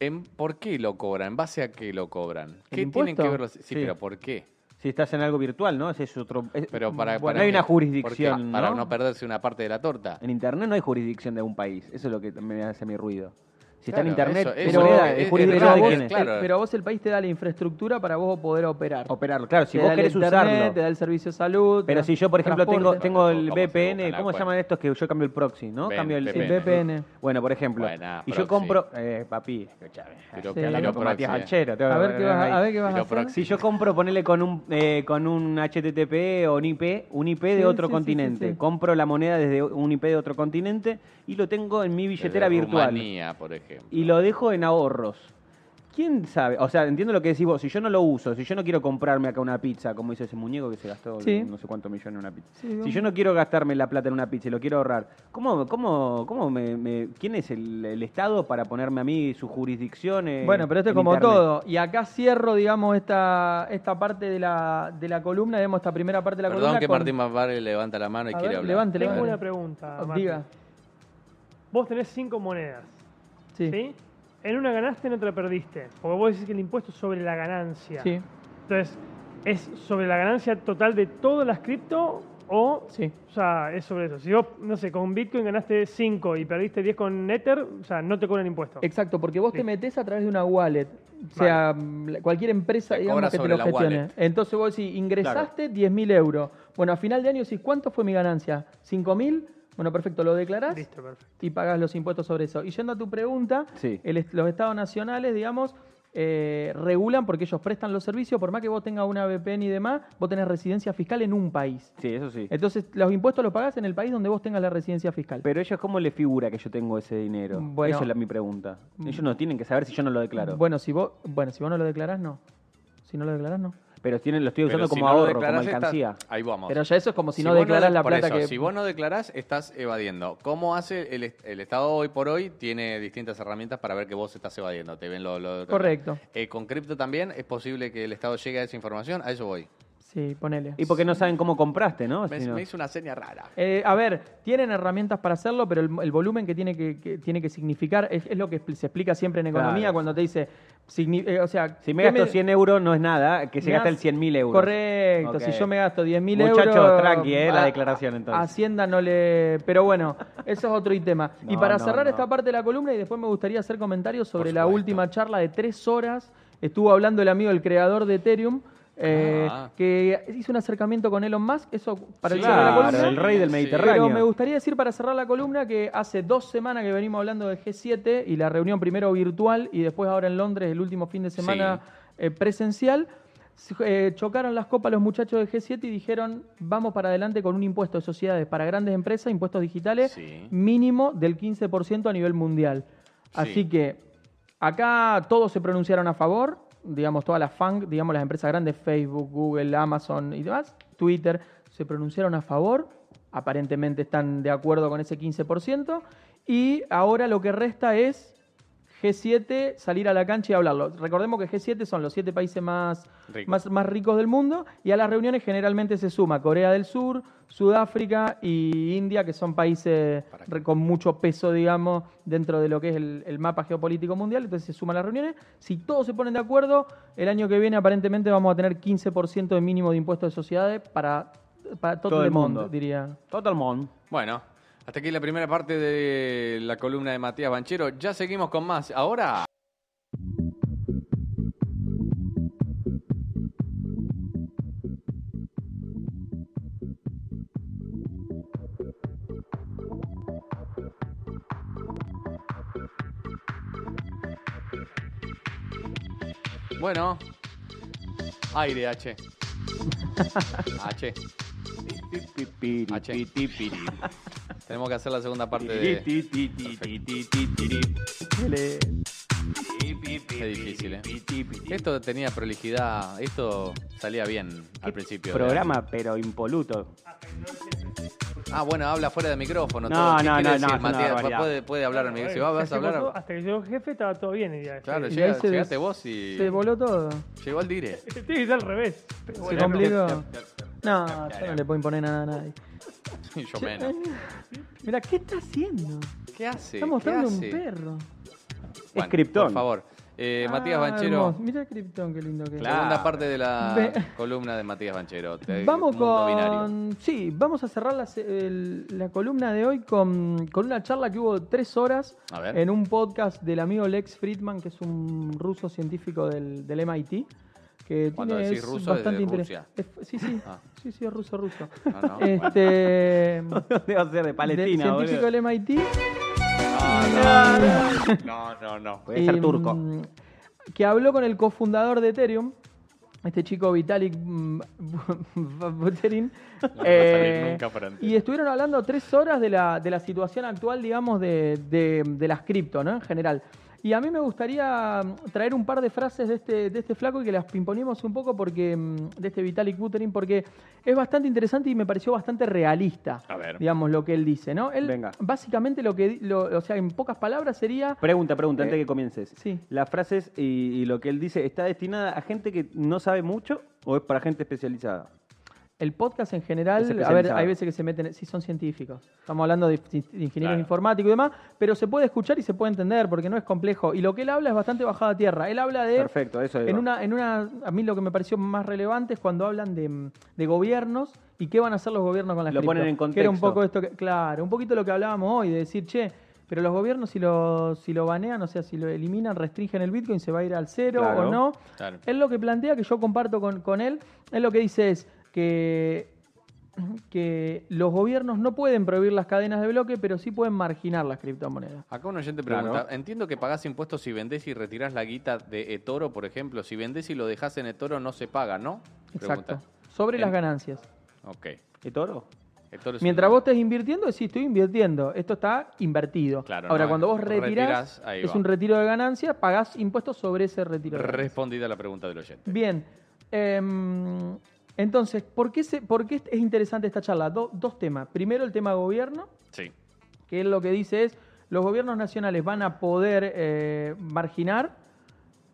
[SPEAKER 1] ¿en, ¿Por qué lo cobran? ¿En base a qué lo cobran? ¿Qué tienen
[SPEAKER 2] impuesto?
[SPEAKER 1] que ver los...? Sí,
[SPEAKER 3] Sí.
[SPEAKER 1] pero ¿por qué?
[SPEAKER 3] Si estás en algo virtual, ¿no? Ese es otro. es-
[SPEAKER 1] Pero para,
[SPEAKER 3] Bueno,
[SPEAKER 1] para
[SPEAKER 3] no hay
[SPEAKER 1] que-
[SPEAKER 3] una
[SPEAKER 1] porque-
[SPEAKER 3] jurisdicción.
[SPEAKER 1] Para
[SPEAKER 3] ¿no?
[SPEAKER 1] no perderse una parte de la torta.
[SPEAKER 3] En internet no hay jurisdicción de un país. Eso es lo que me hace mi ruido. Si está en
[SPEAKER 1] Claro,
[SPEAKER 3] internet,
[SPEAKER 1] eso-
[SPEAKER 3] es
[SPEAKER 1] eso
[SPEAKER 3] moneda,
[SPEAKER 1] es-
[SPEAKER 3] es
[SPEAKER 1] es
[SPEAKER 3] jurisdicción
[SPEAKER 1] raro,
[SPEAKER 3] de
[SPEAKER 2] vos,
[SPEAKER 3] quién
[SPEAKER 1] es
[SPEAKER 3] es.
[SPEAKER 1] claro.
[SPEAKER 2] el- eh, pero a vos el país te da la infraestructura para vos poder operar.
[SPEAKER 3] Operarlo. Claro, si
[SPEAKER 2] Te
[SPEAKER 3] vos
[SPEAKER 2] da el
[SPEAKER 3] querés
[SPEAKER 2] internet,
[SPEAKER 3] usarlo.
[SPEAKER 2] Te da el servicio de salud.
[SPEAKER 3] Pero
[SPEAKER 2] te-
[SPEAKER 3] si yo, por ejemplo, tengo,
[SPEAKER 2] transporte.
[SPEAKER 3] tengo el
[SPEAKER 1] ¿Cómo se
[SPEAKER 3] VPN,
[SPEAKER 1] busca la
[SPEAKER 3] ¿cómo se
[SPEAKER 1] cuenta?
[SPEAKER 3] llaman estos que yo cambio el proxy, no?
[SPEAKER 1] Ven,
[SPEAKER 3] cambio el
[SPEAKER 1] VPN.
[SPEAKER 2] El VPN.
[SPEAKER 3] Bueno, por ejemplo,
[SPEAKER 1] Buena,
[SPEAKER 3] y yo
[SPEAKER 1] proxy.
[SPEAKER 3] compro, eh, papi, escuchame,
[SPEAKER 1] Pero
[SPEAKER 3] estoy
[SPEAKER 2] que
[SPEAKER 3] hablando
[SPEAKER 2] lo
[SPEAKER 3] con Matías
[SPEAKER 1] proxy, eh.
[SPEAKER 3] Banchero, tengo
[SPEAKER 2] A ver
[SPEAKER 3] que
[SPEAKER 2] qué vas,
[SPEAKER 3] ahí.
[SPEAKER 2] a, a ver qué vas a
[SPEAKER 1] lo
[SPEAKER 2] hacer.
[SPEAKER 1] proxy.
[SPEAKER 3] Si yo compro, ponele con un eh, con un HTTP o un IP, un IP de
[SPEAKER 2] Sí,
[SPEAKER 3] otro
[SPEAKER 2] sí, sí,
[SPEAKER 3] continente,
[SPEAKER 2] sí, sí.
[SPEAKER 3] compro la moneda desde un IP de otro continente y lo tengo en mi
[SPEAKER 1] Desde
[SPEAKER 3] billetera virtual
[SPEAKER 1] Rumanía, por ejemplo.
[SPEAKER 3] y lo dejo en ahorros. ¿Quién sabe? O sea, entiendo lo que decís vos. Si yo no lo uso, si yo no quiero comprarme acá una pizza, como hizo ese muñeco que se gastó
[SPEAKER 2] Sí.
[SPEAKER 3] no sé cuántos millones en una pizza.
[SPEAKER 2] Sí,
[SPEAKER 3] si
[SPEAKER 2] vamos.
[SPEAKER 3] yo no quiero gastarme la plata en una pizza y lo quiero ahorrar, ¿cómo, cómo, cómo me, me- quién es el, el Estado para ponerme a mí su jurisdicción? eh,
[SPEAKER 2] Bueno, pero esto es
[SPEAKER 3] en
[SPEAKER 2] como
[SPEAKER 3] Internet?
[SPEAKER 2] todo. Y acá cierro, digamos, esta, esta parte de la, de la columna, digamos, esta primera parte de la
[SPEAKER 1] Perdón
[SPEAKER 2] columna.
[SPEAKER 1] que
[SPEAKER 2] con-
[SPEAKER 1] Martín Mavare levanta la mano y
[SPEAKER 2] A
[SPEAKER 1] quiere
[SPEAKER 2] ver,
[SPEAKER 1] hablar. A
[SPEAKER 2] levante,
[SPEAKER 1] ver.
[SPEAKER 4] Tengo
[SPEAKER 2] Claro. Oh,
[SPEAKER 4] una pregunta. Mati.
[SPEAKER 2] Diga.
[SPEAKER 4] Vos tenés cinco monedas.
[SPEAKER 2] Sí.
[SPEAKER 4] ¿sí? En una ganaste, en otra perdiste. Porque vos decís que el impuesto es sobre la ganancia.
[SPEAKER 2] Sí.
[SPEAKER 4] Entonces, ¿es sobre la ganancia total de todas las cripto o,
[SPEAKER 2] Sí.
[SPEAKER 4] o sea, es sobre eso? Si vos, no sé, con Bitcoin ganaste 5 y perdiste 10 con Ether, o sea, no te cobran impuesto.
[SPEAKER 2] Exacto, porque vos te
[SPEAKER 4] Sí.
[SPEAKER 2] metés a través de una wallet. O sea, la- cualquier empresa,
[SPEAKER 1] Te
[SPEAKER 2] digamos,
[SPEAKER 1] cobra
[SPEAKER 2] que te
[SPEAKER 1] sobre
[SPEAKER 2] lo
[SPEAKER 1] la
[SPEAKER 2] gestione.
[SPEAKER 1] wallet.
[SPEAKER 2] Entonces vos decís, ingresaste 10.000 euros. Bueno, a final de año decís, ¿cuánto fue mi ganancia? ¿5.000? Bueno, perfecto, lo declarás
[SPEAKER 4] Listo, perfecto.
[SPEAKER 2] y pagas los impuestos sobre eso. Y yendo a tu pregunta,
[SPEAKER 3] Sí.
[SPEAKER 2] el est- los estados nacionales, digamos, eh, regulan porque ellos prestan los servicios, por más que vos tengas una VPN y demás, vos tenés residencia fiscal en un país.
[SPEAKER 3] Sí, eso sí.
[SPEAKER 2] Entonces, los impuestos los pagás en el país donde vos tengas la residencia fiscal.
[SPEAKER 3] Pero ellos, ¿cómo les figura que yo tengo ese dinero?
[SPEAKER 2] Bueno. Mm.
[SPEAKER 3] Eso es la- mi pregunta. Ellos no tienen que saber si yo no lo declaro.
[SPEAKER 2] Bueno, si vos, bueno, si vos no lo declarás, no. Si no lo declarás, no.
[SPEAKER 3] pero tienen, lo estoy
[SPEAKER 1] Pero
[SPEAKER 3] usando
[SPEAKER 1] si no
[SPEAKER 3] como
[SPEAKER 1] lo
[SPEAKER 3] ahorro, como
[SPEAKER 1] declarás, estás-
[SPEAKER 3] alcancía.
[SPEAKER 1] Ahí vamos.
[SPEAKER 2] Pero ya eso es como si, no
[SPEAKER 1] vos
[SPEAKER 2] declarás la
[SPEAKER 1] por
[SPEAKER 2] plata
[SPEAKER 1] eso,
[SPEAKER 2] que.
[SPEAKER 1] Si vos no declarás, estás evadiendo. ¿Cómo hace el, est- el Estado hoy por hoy? Tiene distintas herramientas para ver que vos estás evadiendo. Te ven lo... lo-
[SPEAKER 2] Correcto.
[SPEAKER 1] Eh, con cripto también es posible que el Estado llegue a esa información. A eso voy.
[SPEAKER 2] Sí, ponele.
[SPEAKER 3] Y porque no saben cómo compraste, ¿no?
[SPEAKER 1] Me,
[SPEAKER 3] Si no-
[SPEAKER 1] me hizo una seña rara.
[SPEAKER 2] Eh, a ver, tienen herramientas para hacerlo, pero el, el volumen que tiene que, que tiene que significar es, es lo que se explica siempre en economía
[SPEAKER 3] Claro.
[SPEAKER 2] cuando te dice. signi- eh, o sea,
[SPEAKER 3] Si me
[SPEAKER 2] ¿qué
[SPEAKER 3] gasto 100 euros no es nada, que se
[SPEAKER 2] Me
[SPEAKER 3] gasta el
[SPEAKER 2] hace-
[SPEAKER 3] 100 mil euros.
[SPEAKER 2] Correcto,
[SPEAKER 3] Ok.
[SPEAKER 2] si yo me gasto 10 mil euros.
[SPEAKER 3] Muchachos, tranqui, eh, la
[SPEAKER 2] a-
[SPEAKER 3] declaración, entonces.
[SPEAKER 2] Hacienda no le. Pero bueno, eso es otro
[SPEAKER 3] (laughs)
[SPEAKER 2] tema. y
[SPEAKER 3] No,
[SPEAKER 2] para
[SPEAKER 3] no,
[SPEAKER 2] cerrar
[SPEAKER 3] no.
[SPEAKER 2] esta parte de la columna, y después me gustaría hacer comentarios sobre la
[SPEAKER 1] supuesto.
[SPEAKER 2] última charla de tres horas. Estuvo hablando el amigo, el creador de Ethereum. eh,
[SPEAKER 1] Ah.
[SPEAKER 2] que hizo un acercamiento con Elon Musk, eso para el
[SPEAKER 1] Sí,
[SPEAKER 2] cierre de la
[SPEAKER 3] Claro,
[SPEAKER 2] columna.
[SPEAKER 3] el rey del
[SPEAKER 1] Sí.
[SPEAKER 3] Mediterráneo.
[SPEAKER 2] Pero me gustaría decir para cerrar la columna que hace dos semanas que venimos hablando de G7 y la reunión primero virtual y después ahora en Londres el último fin de semana eh, presencial. Se- eh, chocaron las copas los muchachos de G7 y dijeron vamos para adelante con un impuesto de sociedades para grandes empresas, impuestos digitales
[SPEAKER 1] Sí.
[SPEAKER 2] mínimo del 15% a nivel mundial. Así que acá todos se pronunciaron a favor, digamos, todas las FANG, digamos, las empresas grandes, Facebook, Google, Amazon y demás, Twitter, se pronunciaron a favor, aparentemente están de acuerdo con ese 15%, y ahora lo que resta es G7, salir a la cancha y hablarlo. Recordemos que G7 son los siete países más,
[SPEAKER 1] Rico.
[SPEAKER 2] más, más ricos del mundo y a las reuniones generalmente se suma Corea del Sur, Sudáfrica y India, que son países
[SPEAKER 1] Para-
[SPEAKER 2] re- con mucho peso, digamos, dentro de lo que es el, el mapa geopolítico mundial. Entonces se suman las reuniones. Si todos se ponen de acuerdo, el año que viene aparentemente vamos a tener 15% de mínimo de impuestos de sociedades para, para todo, el mundo, diría.
[SPEAKER 3] Total Mon.
[SPEAKER 1] Bueno, hasta aquí la primera parte de la columna de Matías Banchero. Ya seguimos con más. Ahora. Bueno, aire H. H. H. Tenemos que hacer la segunda parte de... Qué difícil, ¿eh? Esto tenía prolijidad, esto salía bien al principio.
[SPEAKER 3] Programa, pero impoluto. (laughs)
[SPEAKER 1] Ah, bueno, habla fuera de micrófono.
[SPEAKER 3] No,
[SPEAKER 1] todo. ¿Qué
[SPEAKER 3] no,
[SPEAKER 1] quiere
[SPEAKER 3] no,
[SPEAKER 1] decir,
[SPEAKER 3] no, es una
[SPEAKER 1] Matías?
[SPEAKER 3] barbaridad.
[SPEAKER 1] puede, puede hablar al micrófono. Si vas, vas a
[SPEAKER 4] Hasta que
[SPEAKER 1] hablar...
[SPEAKER 4] vos- Hasta que llegó el jefe estaba todo bien. este. y ya-
[SPEAKER 1] Claro,
[SPEAKER 2] Sí,
[SPEAKER 1] llega-
[SPEAKER 2] ahí se
[SPEAKER 1] llegaste
[SPEAKER 2] des-
[SPEAKER 1] vos y...
[SPEAKER 2] Se voló todo.
[SPEAKER 1] Llegó el dire.
[SPEAKER 4] (laughs)
[SPEAKER 1] (laughs)
[SPEAKER 4] Tiene que ser al revés. Pero
[SPEAKER 2] Se
[SPEAKER 4] bueno,
[SPEAKER 2] complicó. No, yo no le puedo imponer nada a nadie.
[SPEAKER 1] Yo
[SPEAKER 2] (laughs)
[SPEAKER 1] menos.
[SPEAKER 2] eh, Mira, ¿qué está haciendo?
[SPEAKER 1] ¿Qué hace?
[SPEAKER 2] está
[SPEAKER 1] ¿Qué
[SPEAKER 2] mostrando un
[SPEAKER 1] hace?
[SPEAKER 2] perro.
[SPEAKER 1] Bueno,
[SPEAKER 3] Es Krypton.
[SPEAKER 1] Por favor.
[SPEAKER 2] Ah,
[SPEAKER 1] Eh, Matías Banchero,
[SPEAKER 2] Mira Krypton, qué lindo que es.
[SPEAKER 3] Claro.
[SPEAKER 1] segunda parte de la
[SPEAKER 2] Ve-
[SPEAKER 1] columna de Matías Banchero. Te-
[SPEAKER 2] Vamos
[SPEAKER 1] Mundo Binario.
[SPEAKER 2] con. Sí, vamos a cerrar la, se- el- la columna de hoy con, con una charla que hubo de tres horas
[SPEAKER 1] A ver.
[SPEAKER 2] en un podcast del amigo Lex Friedman, que es un ruso científico del, del MIT. Que
[SPEAKER 1] Cuando
[SPEAKER 2] tiene,
[SPEAKER 1] decís
[SPEAKER 2] es
[SPEAKER 1] ruso, es de
[SPEAKER 2] bastante interes-
[SPEAKER 1] Rusia.
[SPEAKER 2] es- sí, sí,
[SPEAKER 1] Ah.
[SPEAKER 2] sí, sí, es ruso, ruso.
[SPEAKER 1] No, no, bueno.
[SPEAKER 2] (laughs) este.
[SPEAKER 3] Debe ser de Palestina,
[SPEAKER 2] del
[SPEAKER 3] boludo.
[SPEAKER 2] científico del MIT.
[SPEAKER 1] No, no, no.
[SPEAKER 3] Puede ser
[SPEAKER 2] Em,
[SPEAKER 3] turco.
[SPEAKER 2] Que habló con el cofundador de Ethereum, este chico Vitalik mm, (laughs) Buterin. Eh,
[SPEAKER 1] va a salir nunca para entender.
[SPEAKER 2] y estuvieron hablando tres horas de la, de la situación actual, digamos, de, de- de las cripto, ¿no? En general. Y a mí me gustaría mm, traer un par de frases de este, de este flaco y que las pimponemos un poco porque mm, de este Vitalik Buterin, porque es bastante interesante y me pareció bastante realista,
[SPEAKER 1] A ver.
[SPEAKER 2] digamos, lo que él dice, ¿no? Él,
[SPEAKER 3] Venga.
[SPEAKER 2] básicamente, lo que, di- lo- o sea, en pocas palabras sería...
[SPEAKER 3] Pregunta, pregunta, antes
[SPEAKER 2] Eh,
[SPEAKER 3] que comiences.
[SPEAKER 2] sí.
[SPEAKER 3] Las frases y, y lo que él dice, ¿está destinada a gente que no sabe mucho o es para gente especializada?
[SPEAKER 2] El podcast en
[SPEAKER 3] Es
[SPEAKER 2] general, a ver,
[SPEAKER 3] especializado.
[SPEAKER 2] hay veces que se meten, si son científicos, estamos hablando de, de ingenieros
[SPEAKER 1] Claro.
[SPEAKER 2] informáticos y demás, pero se puede escuchar y se puede entender porque no es complejo. Y lo que él habla es bastante bajada a tierra. Él habla de...
[SPEAKER 3] Perfecto, eso es.
[SPEAKER 2] Eh, En una, en una, a mí lo que me pareció más relevante es cuando hablan de, mm, de gobiernos y qué van a hacer los gobiernos con las
[SPEAKER 3] Lo
[SPEAKER 2] cripto.
[SPEAKER 3] ponen en
[SPEAKER 2] Que era un
[SPEAKER 3] contexto.
[SPEAKER 2] poco esto, que- claro, un poquito lo que hablábamos hoy, de decir, che, pero los gobiernos si lo, si lo banean, o sea, si lo eliminan, restringen el Bitcoin, se va a ir al cero
[SPEAKER 3] Claro.
[SPEAKER 2] o no.
[SPEAKER 1] Claro.
[SPEAKER 2] Él lo que plantea, que yo comparto con, con él, él lo que dice es que, que los gobiernos no pueden prohibir las cadenas de bloque, pero sí pueden marginar las criptomonedas.
[SPEAKER 1] Acá un oyente pregunta,
[SPEAKER 3] Claro.
[SPEAKER 1] entiendo que pagás impuestos si vendés y retirás la guita de eToro, por ejemplo. Si vendés y lo dejás en eToro no se paga, ¿no?
[SPEAKER 2] Exacto.
[SPEAKER 1] Pregunta.
[SPEAKER 2] Sobre
[SPEAKER 1] En-
[SPEAKER 2] las ganancias.
[SPEAKER 1] Ok.
[SPEAKER 3] ¿Y toro?
[SPEAKER 1] eToro es
[SPEAKER 2] Mientras
[SPEAKER 1] un-
[SPEAKER 2] vos estés invirtiendo, decís, estoy invirtiendo. Esto está invertido.
[SPEAKER 1] Claro,
[SPEAKER 2] Ahora,
[SPEAKER 1] no,
[SPEAKER 2] cuando vos
[SPEAKER 1] retirás,
[SPEAKER 2] retirás,
[SPEAKER 1] ahí
[SPEAKER 2] es
[SPEAKER 1] va.
[SPEAKER 2] un retiro de ganancias, pagás impuestos sobre ese retiro. de ganancias.
[SPEAKER 1] Respondida la pregunta del oyente.
[SPEAKER 2] Bien. Em, entonces, ¿por qué, se, ¿por qué es interesante esta charla? Do- dos temas. Primero, el tema gobierno,
[SPEAKER 1] Sí.
[SPEAKER 2] que él lo que dice es, los gobiernos nacionales van a poder eh, marginar,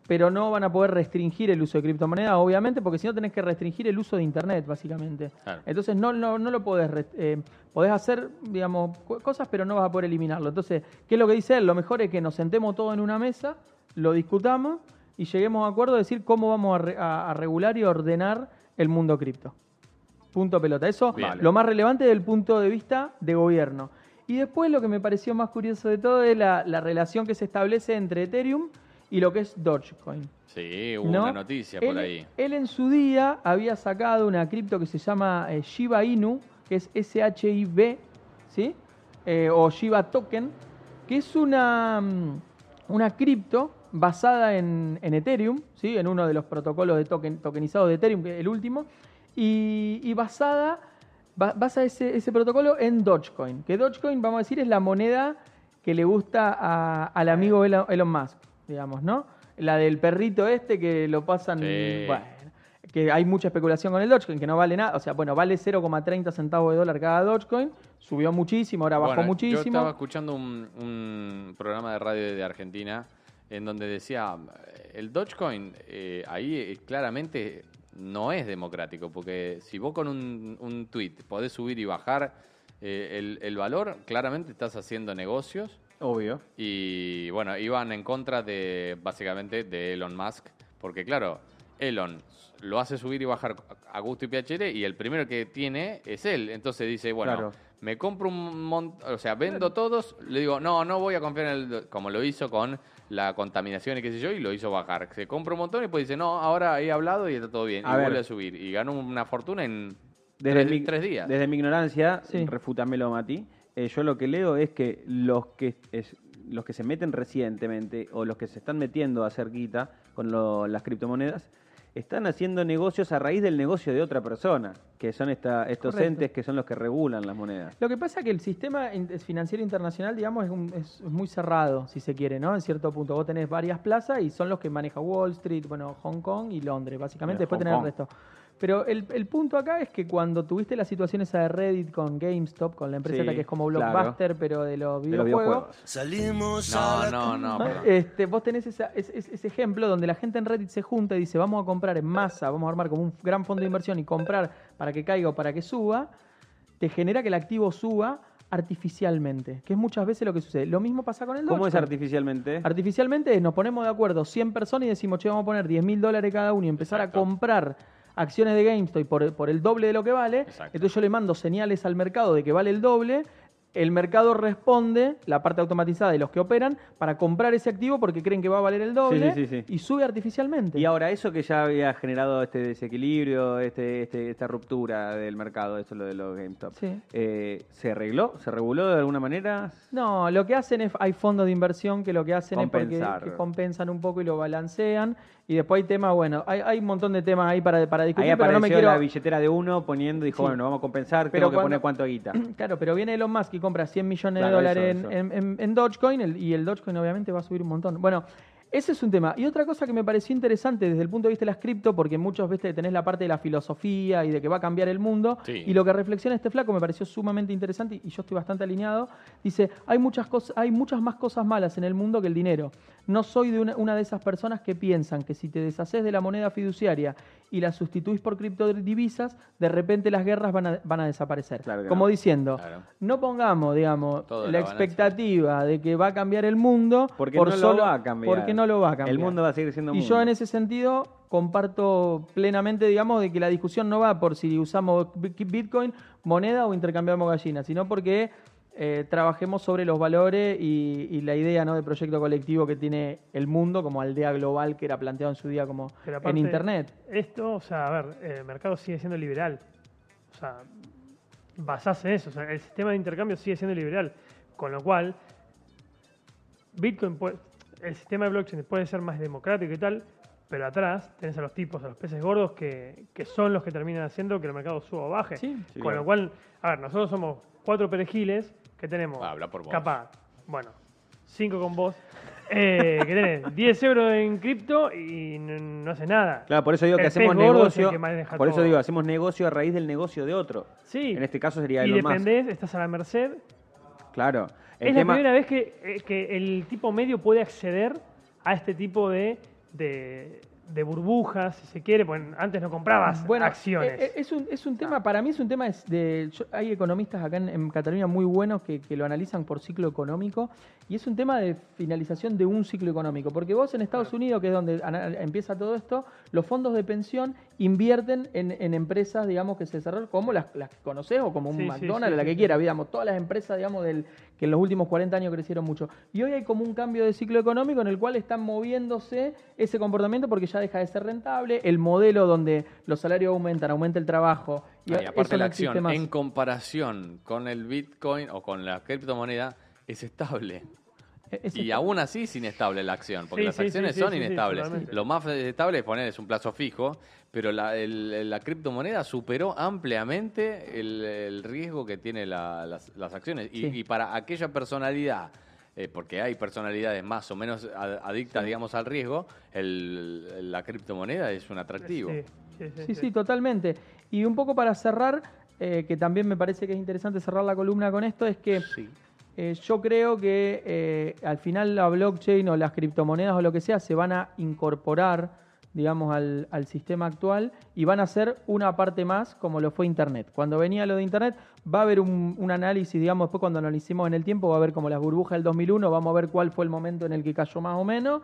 [SPEAKER 2] pero no van a poder restringir el uso de criptomonedas, obviamente, porque si no tenés que restringir el uso de Internet, básicamente.
[SPEAKER 1] Claro.
[SPEAKER 2] Entonces no, no, no lo podés, rest- eh, podés hacer, digamos, co- cosas, pero no vas a poder eliminarlo. Entonces, ¿qué es lo que dice él? Lo mejor es que nos sentemos todos en una mesa, lo discutamos y lleguemos a acuerdo de decir cómo vamos a, re- a- a regular y ordenar el mundo cripto. Punto pelota. Eso
[SPEAKER 1] Bien.
[SPEAKER 2] lo más relevante del punto de vista de gobierno. Y después lo que me pareció más curioso de todo es la, la relación que se establece entre Ethereum y lo que es Dogecoin.
[SPEAKER 1] Sí, hubo
[SPEAKER 2] ¿no?
[SPEAKER 1] una noticia por
[SPEAKER 2] Él-
[SPEAKER 1] ahí.
[SPEAKER 2] Él en su día había sacado una cripto que se llama eh, Shiba Inu, que es SHIB, ¿sí? Eh, o Shiba Token, que es una, mm, una cripto basada en, en Ethereum, ¿sí? En uno de los protocolos de token, tokenizados de Ethereum, que es el último, y, y basada, ba- basa ese, ese protocolo en Dogecoin, que Dogecoin, vamos a decir, es la moneda que le gusta a- al amigo Elon Elon Musk, digamos, ¿no? La del perrito este que lo pasan...
[SPEAKER 1] Sí.
[SPEAKER 2] Bueno, que hay mucha especulación con el Dogecoin, que no vale nada, o sea, bueno, vale 0,30 centavos de dólar cada Dogecoin, subió muchísimo, ahora bajó
[SPEAKER 1] Bueno, Yo
[SPEAKER 2] muchísimo.
[SPEAKER 1] estaba escuchando un, un programa de radio de Argentina en donde decía, el Dogecoin eh, ahí eh, claramente no es democrático, porque si vos con un, un tweet podés subir y bajar eh, el, el valor, claramente estás haciendo negocios
[SPEAKER 3] Obvio.
[SPEAKER 1] y bueno, iban en contra de básicamente de Elon Musk, porque claro, Elon lo hace subir y bajar a gusto y piacere y el primero que tiene es él. Entonces dice, bueno,
[SPEAKER 3] Claro.
[SPEAKER 1] me compro un montón, o sea, vendo todos, le digo, no, no voy a confiar en el, como lo hizo con la contaminación y qué sé yo, y lo hizo bajar. Se compra un montón y pues dice, no, ahora he hablado y está todo bien,
[SPEAKER 3] A
[SPEAKER 1] y
[SPEAKER 3] ver.
[SPEAKER 1] vuelve a subir. Y ganó una fortuna en
[SPEAKER 3] Desde,
[SPEAKER 1] tres,
[SPEAKER 3] mi,
[SPEAKER 1] tres días.
[SPEAKER 3] desde mi ignorancia,
[SPEAKER 2] Sí.
[SPEAKER 3] refútamelo, Mati. eh, yo lo que leo es que los que es- los que se meten recientemente o los que se están metiendo a hacer guita con lo- las criptomonedas están haciendo negocios a raíz del negocio de otra persona, que son esta, estos
[SPEAKER 2] Correcto.
[SPEAKER 3] entes que son los que regulan las monedas.
[SPEAKER 2] Lo que pasa es que el sistema in- es financiero internacional, digamos, es, un- es- es muy cerrado, si se quiere, ¿no? En cierto punto. Vos tenés varias plazas y son los que maneja Wall Street, bueno, Hong Kong y Londres, básicamente.
[SPEAKER 3] Bien,
[SPEAKER 2] Después
[SPEAKER 3] Hong
[SPEAKER 2] tenés el
[SPEAKER 3] Kong.
[SPEAKER 2] resto. Pero el, el punto acá es que cuando tuviste las situaciones esa de Reddit con GameStop, con la empresa
[SPEAKER 3] Sí,
[SPEAKER 2] esta que es como
[SPEAKER 3] claro.
[SPEAKER 2] Blockbuster, pero de los
[SPEAKER 3] De los
[SPEAKER 2] videojuegos,
[SPEAKER 3] videojuegos.
[SPEAKER 5] Salimos a la
[SPEAKER 1] No, no, no,
[SPEAKER 2] ¿no?
[SPEAKER 1] perdón.
[SPEAKER 2] Este, vos tenés esa- es- es- ese ejemplo donde la gente en Reddit se junta y dice, vamos a comprar en masa, vamos a armar como un gran fondo de inversión y comprar para que caiga o para que suba, te genera que el activo suba artificialmente, que es muchas veces lo que sucede. Lo mismo pasa con el
[SPEAKER 3] ¿Cómo es
[SPEAKER 2] Dogecoin.
[SPEAKER 3] artificialmente?
[SPEAKER 2] Artificialmente es, nos ponemos de acuerdo 100 personas y decimos, che, vamos a poner 10 mil dólares cada uno y empezar
[SPEAKER 1] Exacto.
[SPEAKER 2] a comprar acciones de GameStop por, por el doble de lo que vale.
[SPEAKER 1] Exacto.
[SPEAKER 2] Entonces yo le mando señales al mercado de que vale el doble. El mercado responde, la parte automatizada de los que operan, para comprar ese activo porque creen que va a valer el doble
[SPEAKER 3] Sí, sí, sí, sí.
[SPEAKER 2] y sube artificialmente.
[SPEAKER 3] Y ahora, eso que ya había generado este desequilibrio, este, este- esta ruptura del mercado, eso lo de los GameStop,
[SPEAKER 2] Sí.
[SPEAKER 3] eh, ¿se arregló? ¿Se reguló de alguna manera?
[SPEAKER 2] No, lo que hacen es, hay fondos de inversión que lo que hacen es
[SPEAKER 3] Compensar.
[SPEAKER 2] porque que compensan un poco y lo balancean. Y después hay temas, bueno, hay, hay un montón de temas ahí para, para discutir,
[SPEAKER 3] Ahí
[SPEAKER 2] pero
[SPEAKER 3] apareció
[SPEAKER 2] no me quiero...
[SPEAKER 3] la billetera de uno poniendo,
[SPEAKER 2] Sí.
[SPEAKER 3] dijo, bueno, vamos a compensar,
[SPEAKER 2] Pero
[SPEAKER 3] pero tengo que
[SPEAKER 2] cuando-
[SPEAKER 3] poner
[SPEAKER 2] (clears throat)
[SPEAKER 3] cuánto guita.
[SPEAKER 2] Claro, pero viene Elon Musk y compra 100 millones
[SPEAKER 3] Claro,
[SPEAKER 2] de dólares
[SPEAKER 3] eso,
[SPEAKER 2] en, en- en- en Dogecoin el- y el Dogecoin obviamente va a subir un montón. Bueno, ese es un tema. Y otra cosa que me pareció interesante desde el punto de vista de las cripto, porque muchas veces tenés la parte de la filosofía y de que va a cambiar el mundo,
[SPEAKER 1] Sí.
[SPEAKER 2] y lo que reflexiona este flaco me pareció sumamente interesante y- y yo estoy bastante alineado, dice, hay muchas, cosas, hay muchas más cosas malas en el mundo que el dinero. No soy de una, una de esas personas que piensan que si te deshaces de la moneda fiduciaria y la sustituís por criptodivisas, de repente las guerras van a, van a desaparecer.
[SPEAKER 3] Claro que
[SPEAKER 2] Como
[SPEAKER 3] no.
[SPEAKER 2] diciendo,
[SPEAKER 1] Claro.
[SPEAKER 2] no pongamos, digamos,
[SPEAKER 1] Todo
[SPEAKER 2] la
[SPEAKER 1] la balanza.
[SPEAKER 2] expectativa de que va a cambiar el mundo
[SPEAKER 3] Porque
[SPEAKER 2] por
[SPEAKER 3] no
[SPEAKER 2] solo-
[SPEAKER 3] lo va a cambiar.
[SPEAKER 2] Porque no lo va a cambiar.
[SPEAKER 3] El mundo va a seguir siendo
[SPEAKER 2] Y
[SPEAKER 3] mundo.
[SPEAKER 2] yo en ese sentido comparto plenamente, digamos, de que la discusión no va por si usamos bi- Bitcoin, moneda o intercambiamos gallinas, sino porque eh, trabajemos sobre los valores y, y la idea ¿no? de proyecto colectivo que tiene el mundo como aldea global que era planteado en su día como
[SPEAKER 4] Pero aparte,
[SPEAKER 2] en Internet.
[SPEAKER 4] Esto, o sea, a ver, el mercado sigue siendo liberal. O sea, basás en eso. O sea, el sistema de intercambio sigue siendo liberal. Con lo cual, Bitcoin, puede- el sistema de blockchain puede ser más democrático y tal, pero atrás tenés a los tipos, a los peces gordos que, que son los que terminan haciendo que el mercado suba o baje.
[SPEAKER 2] Sí.
[SPEAKER 3] Sí,
[SPEAKER 4] Con
[SPEAKER 3] claro.
[SPEAKER 4] lo cual, a ver, nosotros somos cuatro perejiles que tenemos.
[SPEAKER 1] Ah, habla por vos.
[SPEAKER 4] Capaz, bueno, cinco con vos. eh, que tenés 10 euros en cripto y no, no hace nada.
[SPEAKER 3] Claro, por eso digo que
[SPEAKER 4] El
[SPEAKER 3] hacemos
[SPEAKER 4] pez gordo es el
[SPEAKER 3] negocio.
[SPEAKER 4] que maneja
[SPEAKER 3] Por eso
[SPEAKER 4] todo.
[SPEAKER 3] digo, hacemos negocio a raíz del negocio de otro.
[SPEAKER 4] Sí.
[SPEAKER 3] En este caso sería
[SPEAKER 4] y
[SPEAKER 3] Elon Musk.
[SPEAKER 4] dependés, estás a la merced.
[SPEAKER 3] Claro. El
[SPEAKER 4] es
[SPEAKER 3] tema-
[SPEAKER 4] la primera vez que, eh, que el tipo medio puede acceder a este tipo de, de, de burbujas, si se quiere, porque antes no comprabas acciones.
[SPEAKER 2] eh, eh, Es un, es un tema, para mí es un tema es de. yo- hay economistas acá en, en Cataluña muy buenos que, que lo analizan por ciclo económico y es un tema de finalización de un ciclo económico. Porque vos en Estados Unidos, que es donde ana- empieza todo esto, los fondos de pensión invierten en, en empresas, digamos, que se desarrollan como las, las que conocés o como un
[SPEAKER 4] Sí, sí,
[SPEAKER 2] McDonald's,
[SPEAKER 4] sí,
[SPEAKER 2] la
[SPEAKER 4] sí,
[SPEAKER 2] que
[SPEAKER 4] sí.
[SPEAKER 2] quiera, digamos, todas las empresas, digamos, del, que en los últimos 40 años crecieron mucho. Y hoy hay como un cambio de ciclo económico en el cual están moviéndose ese comportamiento porque ya deja de ser rentable, el modelo donde los salarios aumentan, aumenta el trabajo.
[SPEAKER 1] Ah, Y aparte
[SPEAKER 2] eso no
[SPEAKER 1] la
[SPEAKER 2] existe
[SPEAKER 1] acción,
[SPEAKER 2] más.
[SPEAKER 1] en comparación con el Bitcoin o con la criptomoneda, es estable.
[SPEAKER 2] Es-
[SPEAKER 1] Y aún así es inestable la acción, porque
[SPEAKER 4] Sí,
[SPEAKER 1] las
[SPEAKER 4] sí, sí,
[SPEAKER 1] acciones
[SPEAKER 4] sí,
[SPEAKER 1] son
[SPEAKER 4] sí, sí,
[SPEAKER 1] inestables.
[SPEAKER 4] totalmente.
[SPEAKER 1] Lo más estable es poner es un plazo fijo, pero la, el- la criptomoneda superó ampliamente el, el riesgo que tienen las, las acciones. Y,
[SPEAKER 2] Sí.
[SPEAKER 1] y para aquella personalidad, eh, porque hay personalidades más o menos a- adictas, digamos, al riesgo, el- la criptomoneda es un atractivo.
[SPEAKER 4] Sí, sí, sí,
[SPEAKER 2] Sí,
[SPEAKER 4] sí.
[SPEAKER 2] sí, totalmente. Y un poco para cerrar, eh, que también me parece que es interesante cerrar la columna con esto, es que
[SPEAKER 1] Sí.
[SPEAKER 2] eh, Eh, yo creo que eh, al final la blockchain o las criptomonedas o lo que sea se van a incorporar, digamos, al, al sistema actual y van a ser una parte más como lo fue Internet. Cuando venía lo de Internet va a haber un, un análisis, digamos, después cuando analicemos en el tiempo va a haber como las burbujas del 2001, vamos a ver cuál fue el momento en el que cayó más o menos,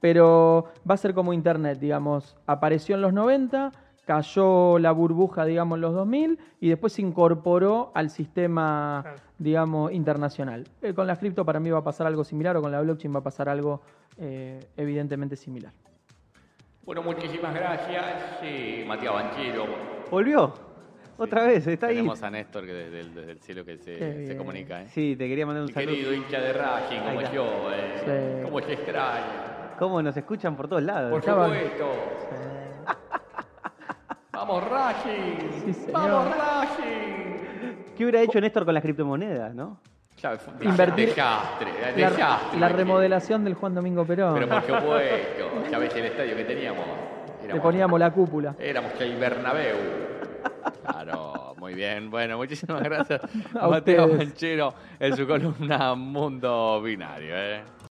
[SPEAKER 2] pero va a ser como Internet, digamos, apareció en los 90, cayó la burbuja, digamos, en los 2000 y después se incorporó al sistema,
[SPEAKER 4] Claro.
[SPEAKER 2] digamos, internacional. Eh, con las cripto para mí va a pasar algo similar o con la blockchain va a pasar algo eh, evidentemente similar.
[SPEAKER 1] Bueno, muchísimas gracias. Sí, Matías Banchero.
[SPEAKER 3] ¿Volvió? Otra vez, está ahí.
[SPEAKER 1] Tenemos a Néstor que desde el, desde el cielo que se,
[SPEAKER 2] Qué
[SPEAKER 1] se
[SPEAKER 2] bien.
[SPEAKER 1] comunica. ¿eh?
[SPEAKER 3] Sí, te quería mandar un
[SPEAKER 1] Mi
[SPEAKER 3] saludo.
[SPEAKER 1] Querido hincha de Racing, como
[SPEAKER 3] Ahí está.
[SPEAKER 1] yo, eh,
[SPEAKER 2] Sí.
[SPEAKER 1] como se extraña.
[SPEAKER 3] ¿Cómo nos escuchan por todos lados?
[SPEAKER 1] Por
[SPEAKER 2] Ya va.
[SPEAKER 1] supuesto. Vamos Racing.
[SPEAKER 2] Sí, señor.
[SPEAKER 1] Vamos Racing.
[SPEAKER 3] ¿Qué hubiera hecho Néstor con las criptomonedas, no?
[SPEAKER 1] Ya, fue un
[SPEAKER 2] Invertir-
[SPEAKER 1] Desastre,
[SPEAKER 2] La,
[SPEAKER 1] desastre.
[SPEAKER 2] la remodelación del Juan Domingo Perón.
[SPEAKER 1] Pero por supuesto, ya ves el estadio que teníamos. Éramos-
[SPEAKER 2] Le poníamos la cúpula.
[SPEAKER 1] Éramos que el Bernabéu. Claro, muy bien. Bueno, muchísimas gracias
[SPEAKER 2] (laughs) A
[SPEAKER 1] Mateo
[SPEAKER 2] ustedes.
[SPEAKER 1] Manchero en su columna Mundo Binario. ¿eh?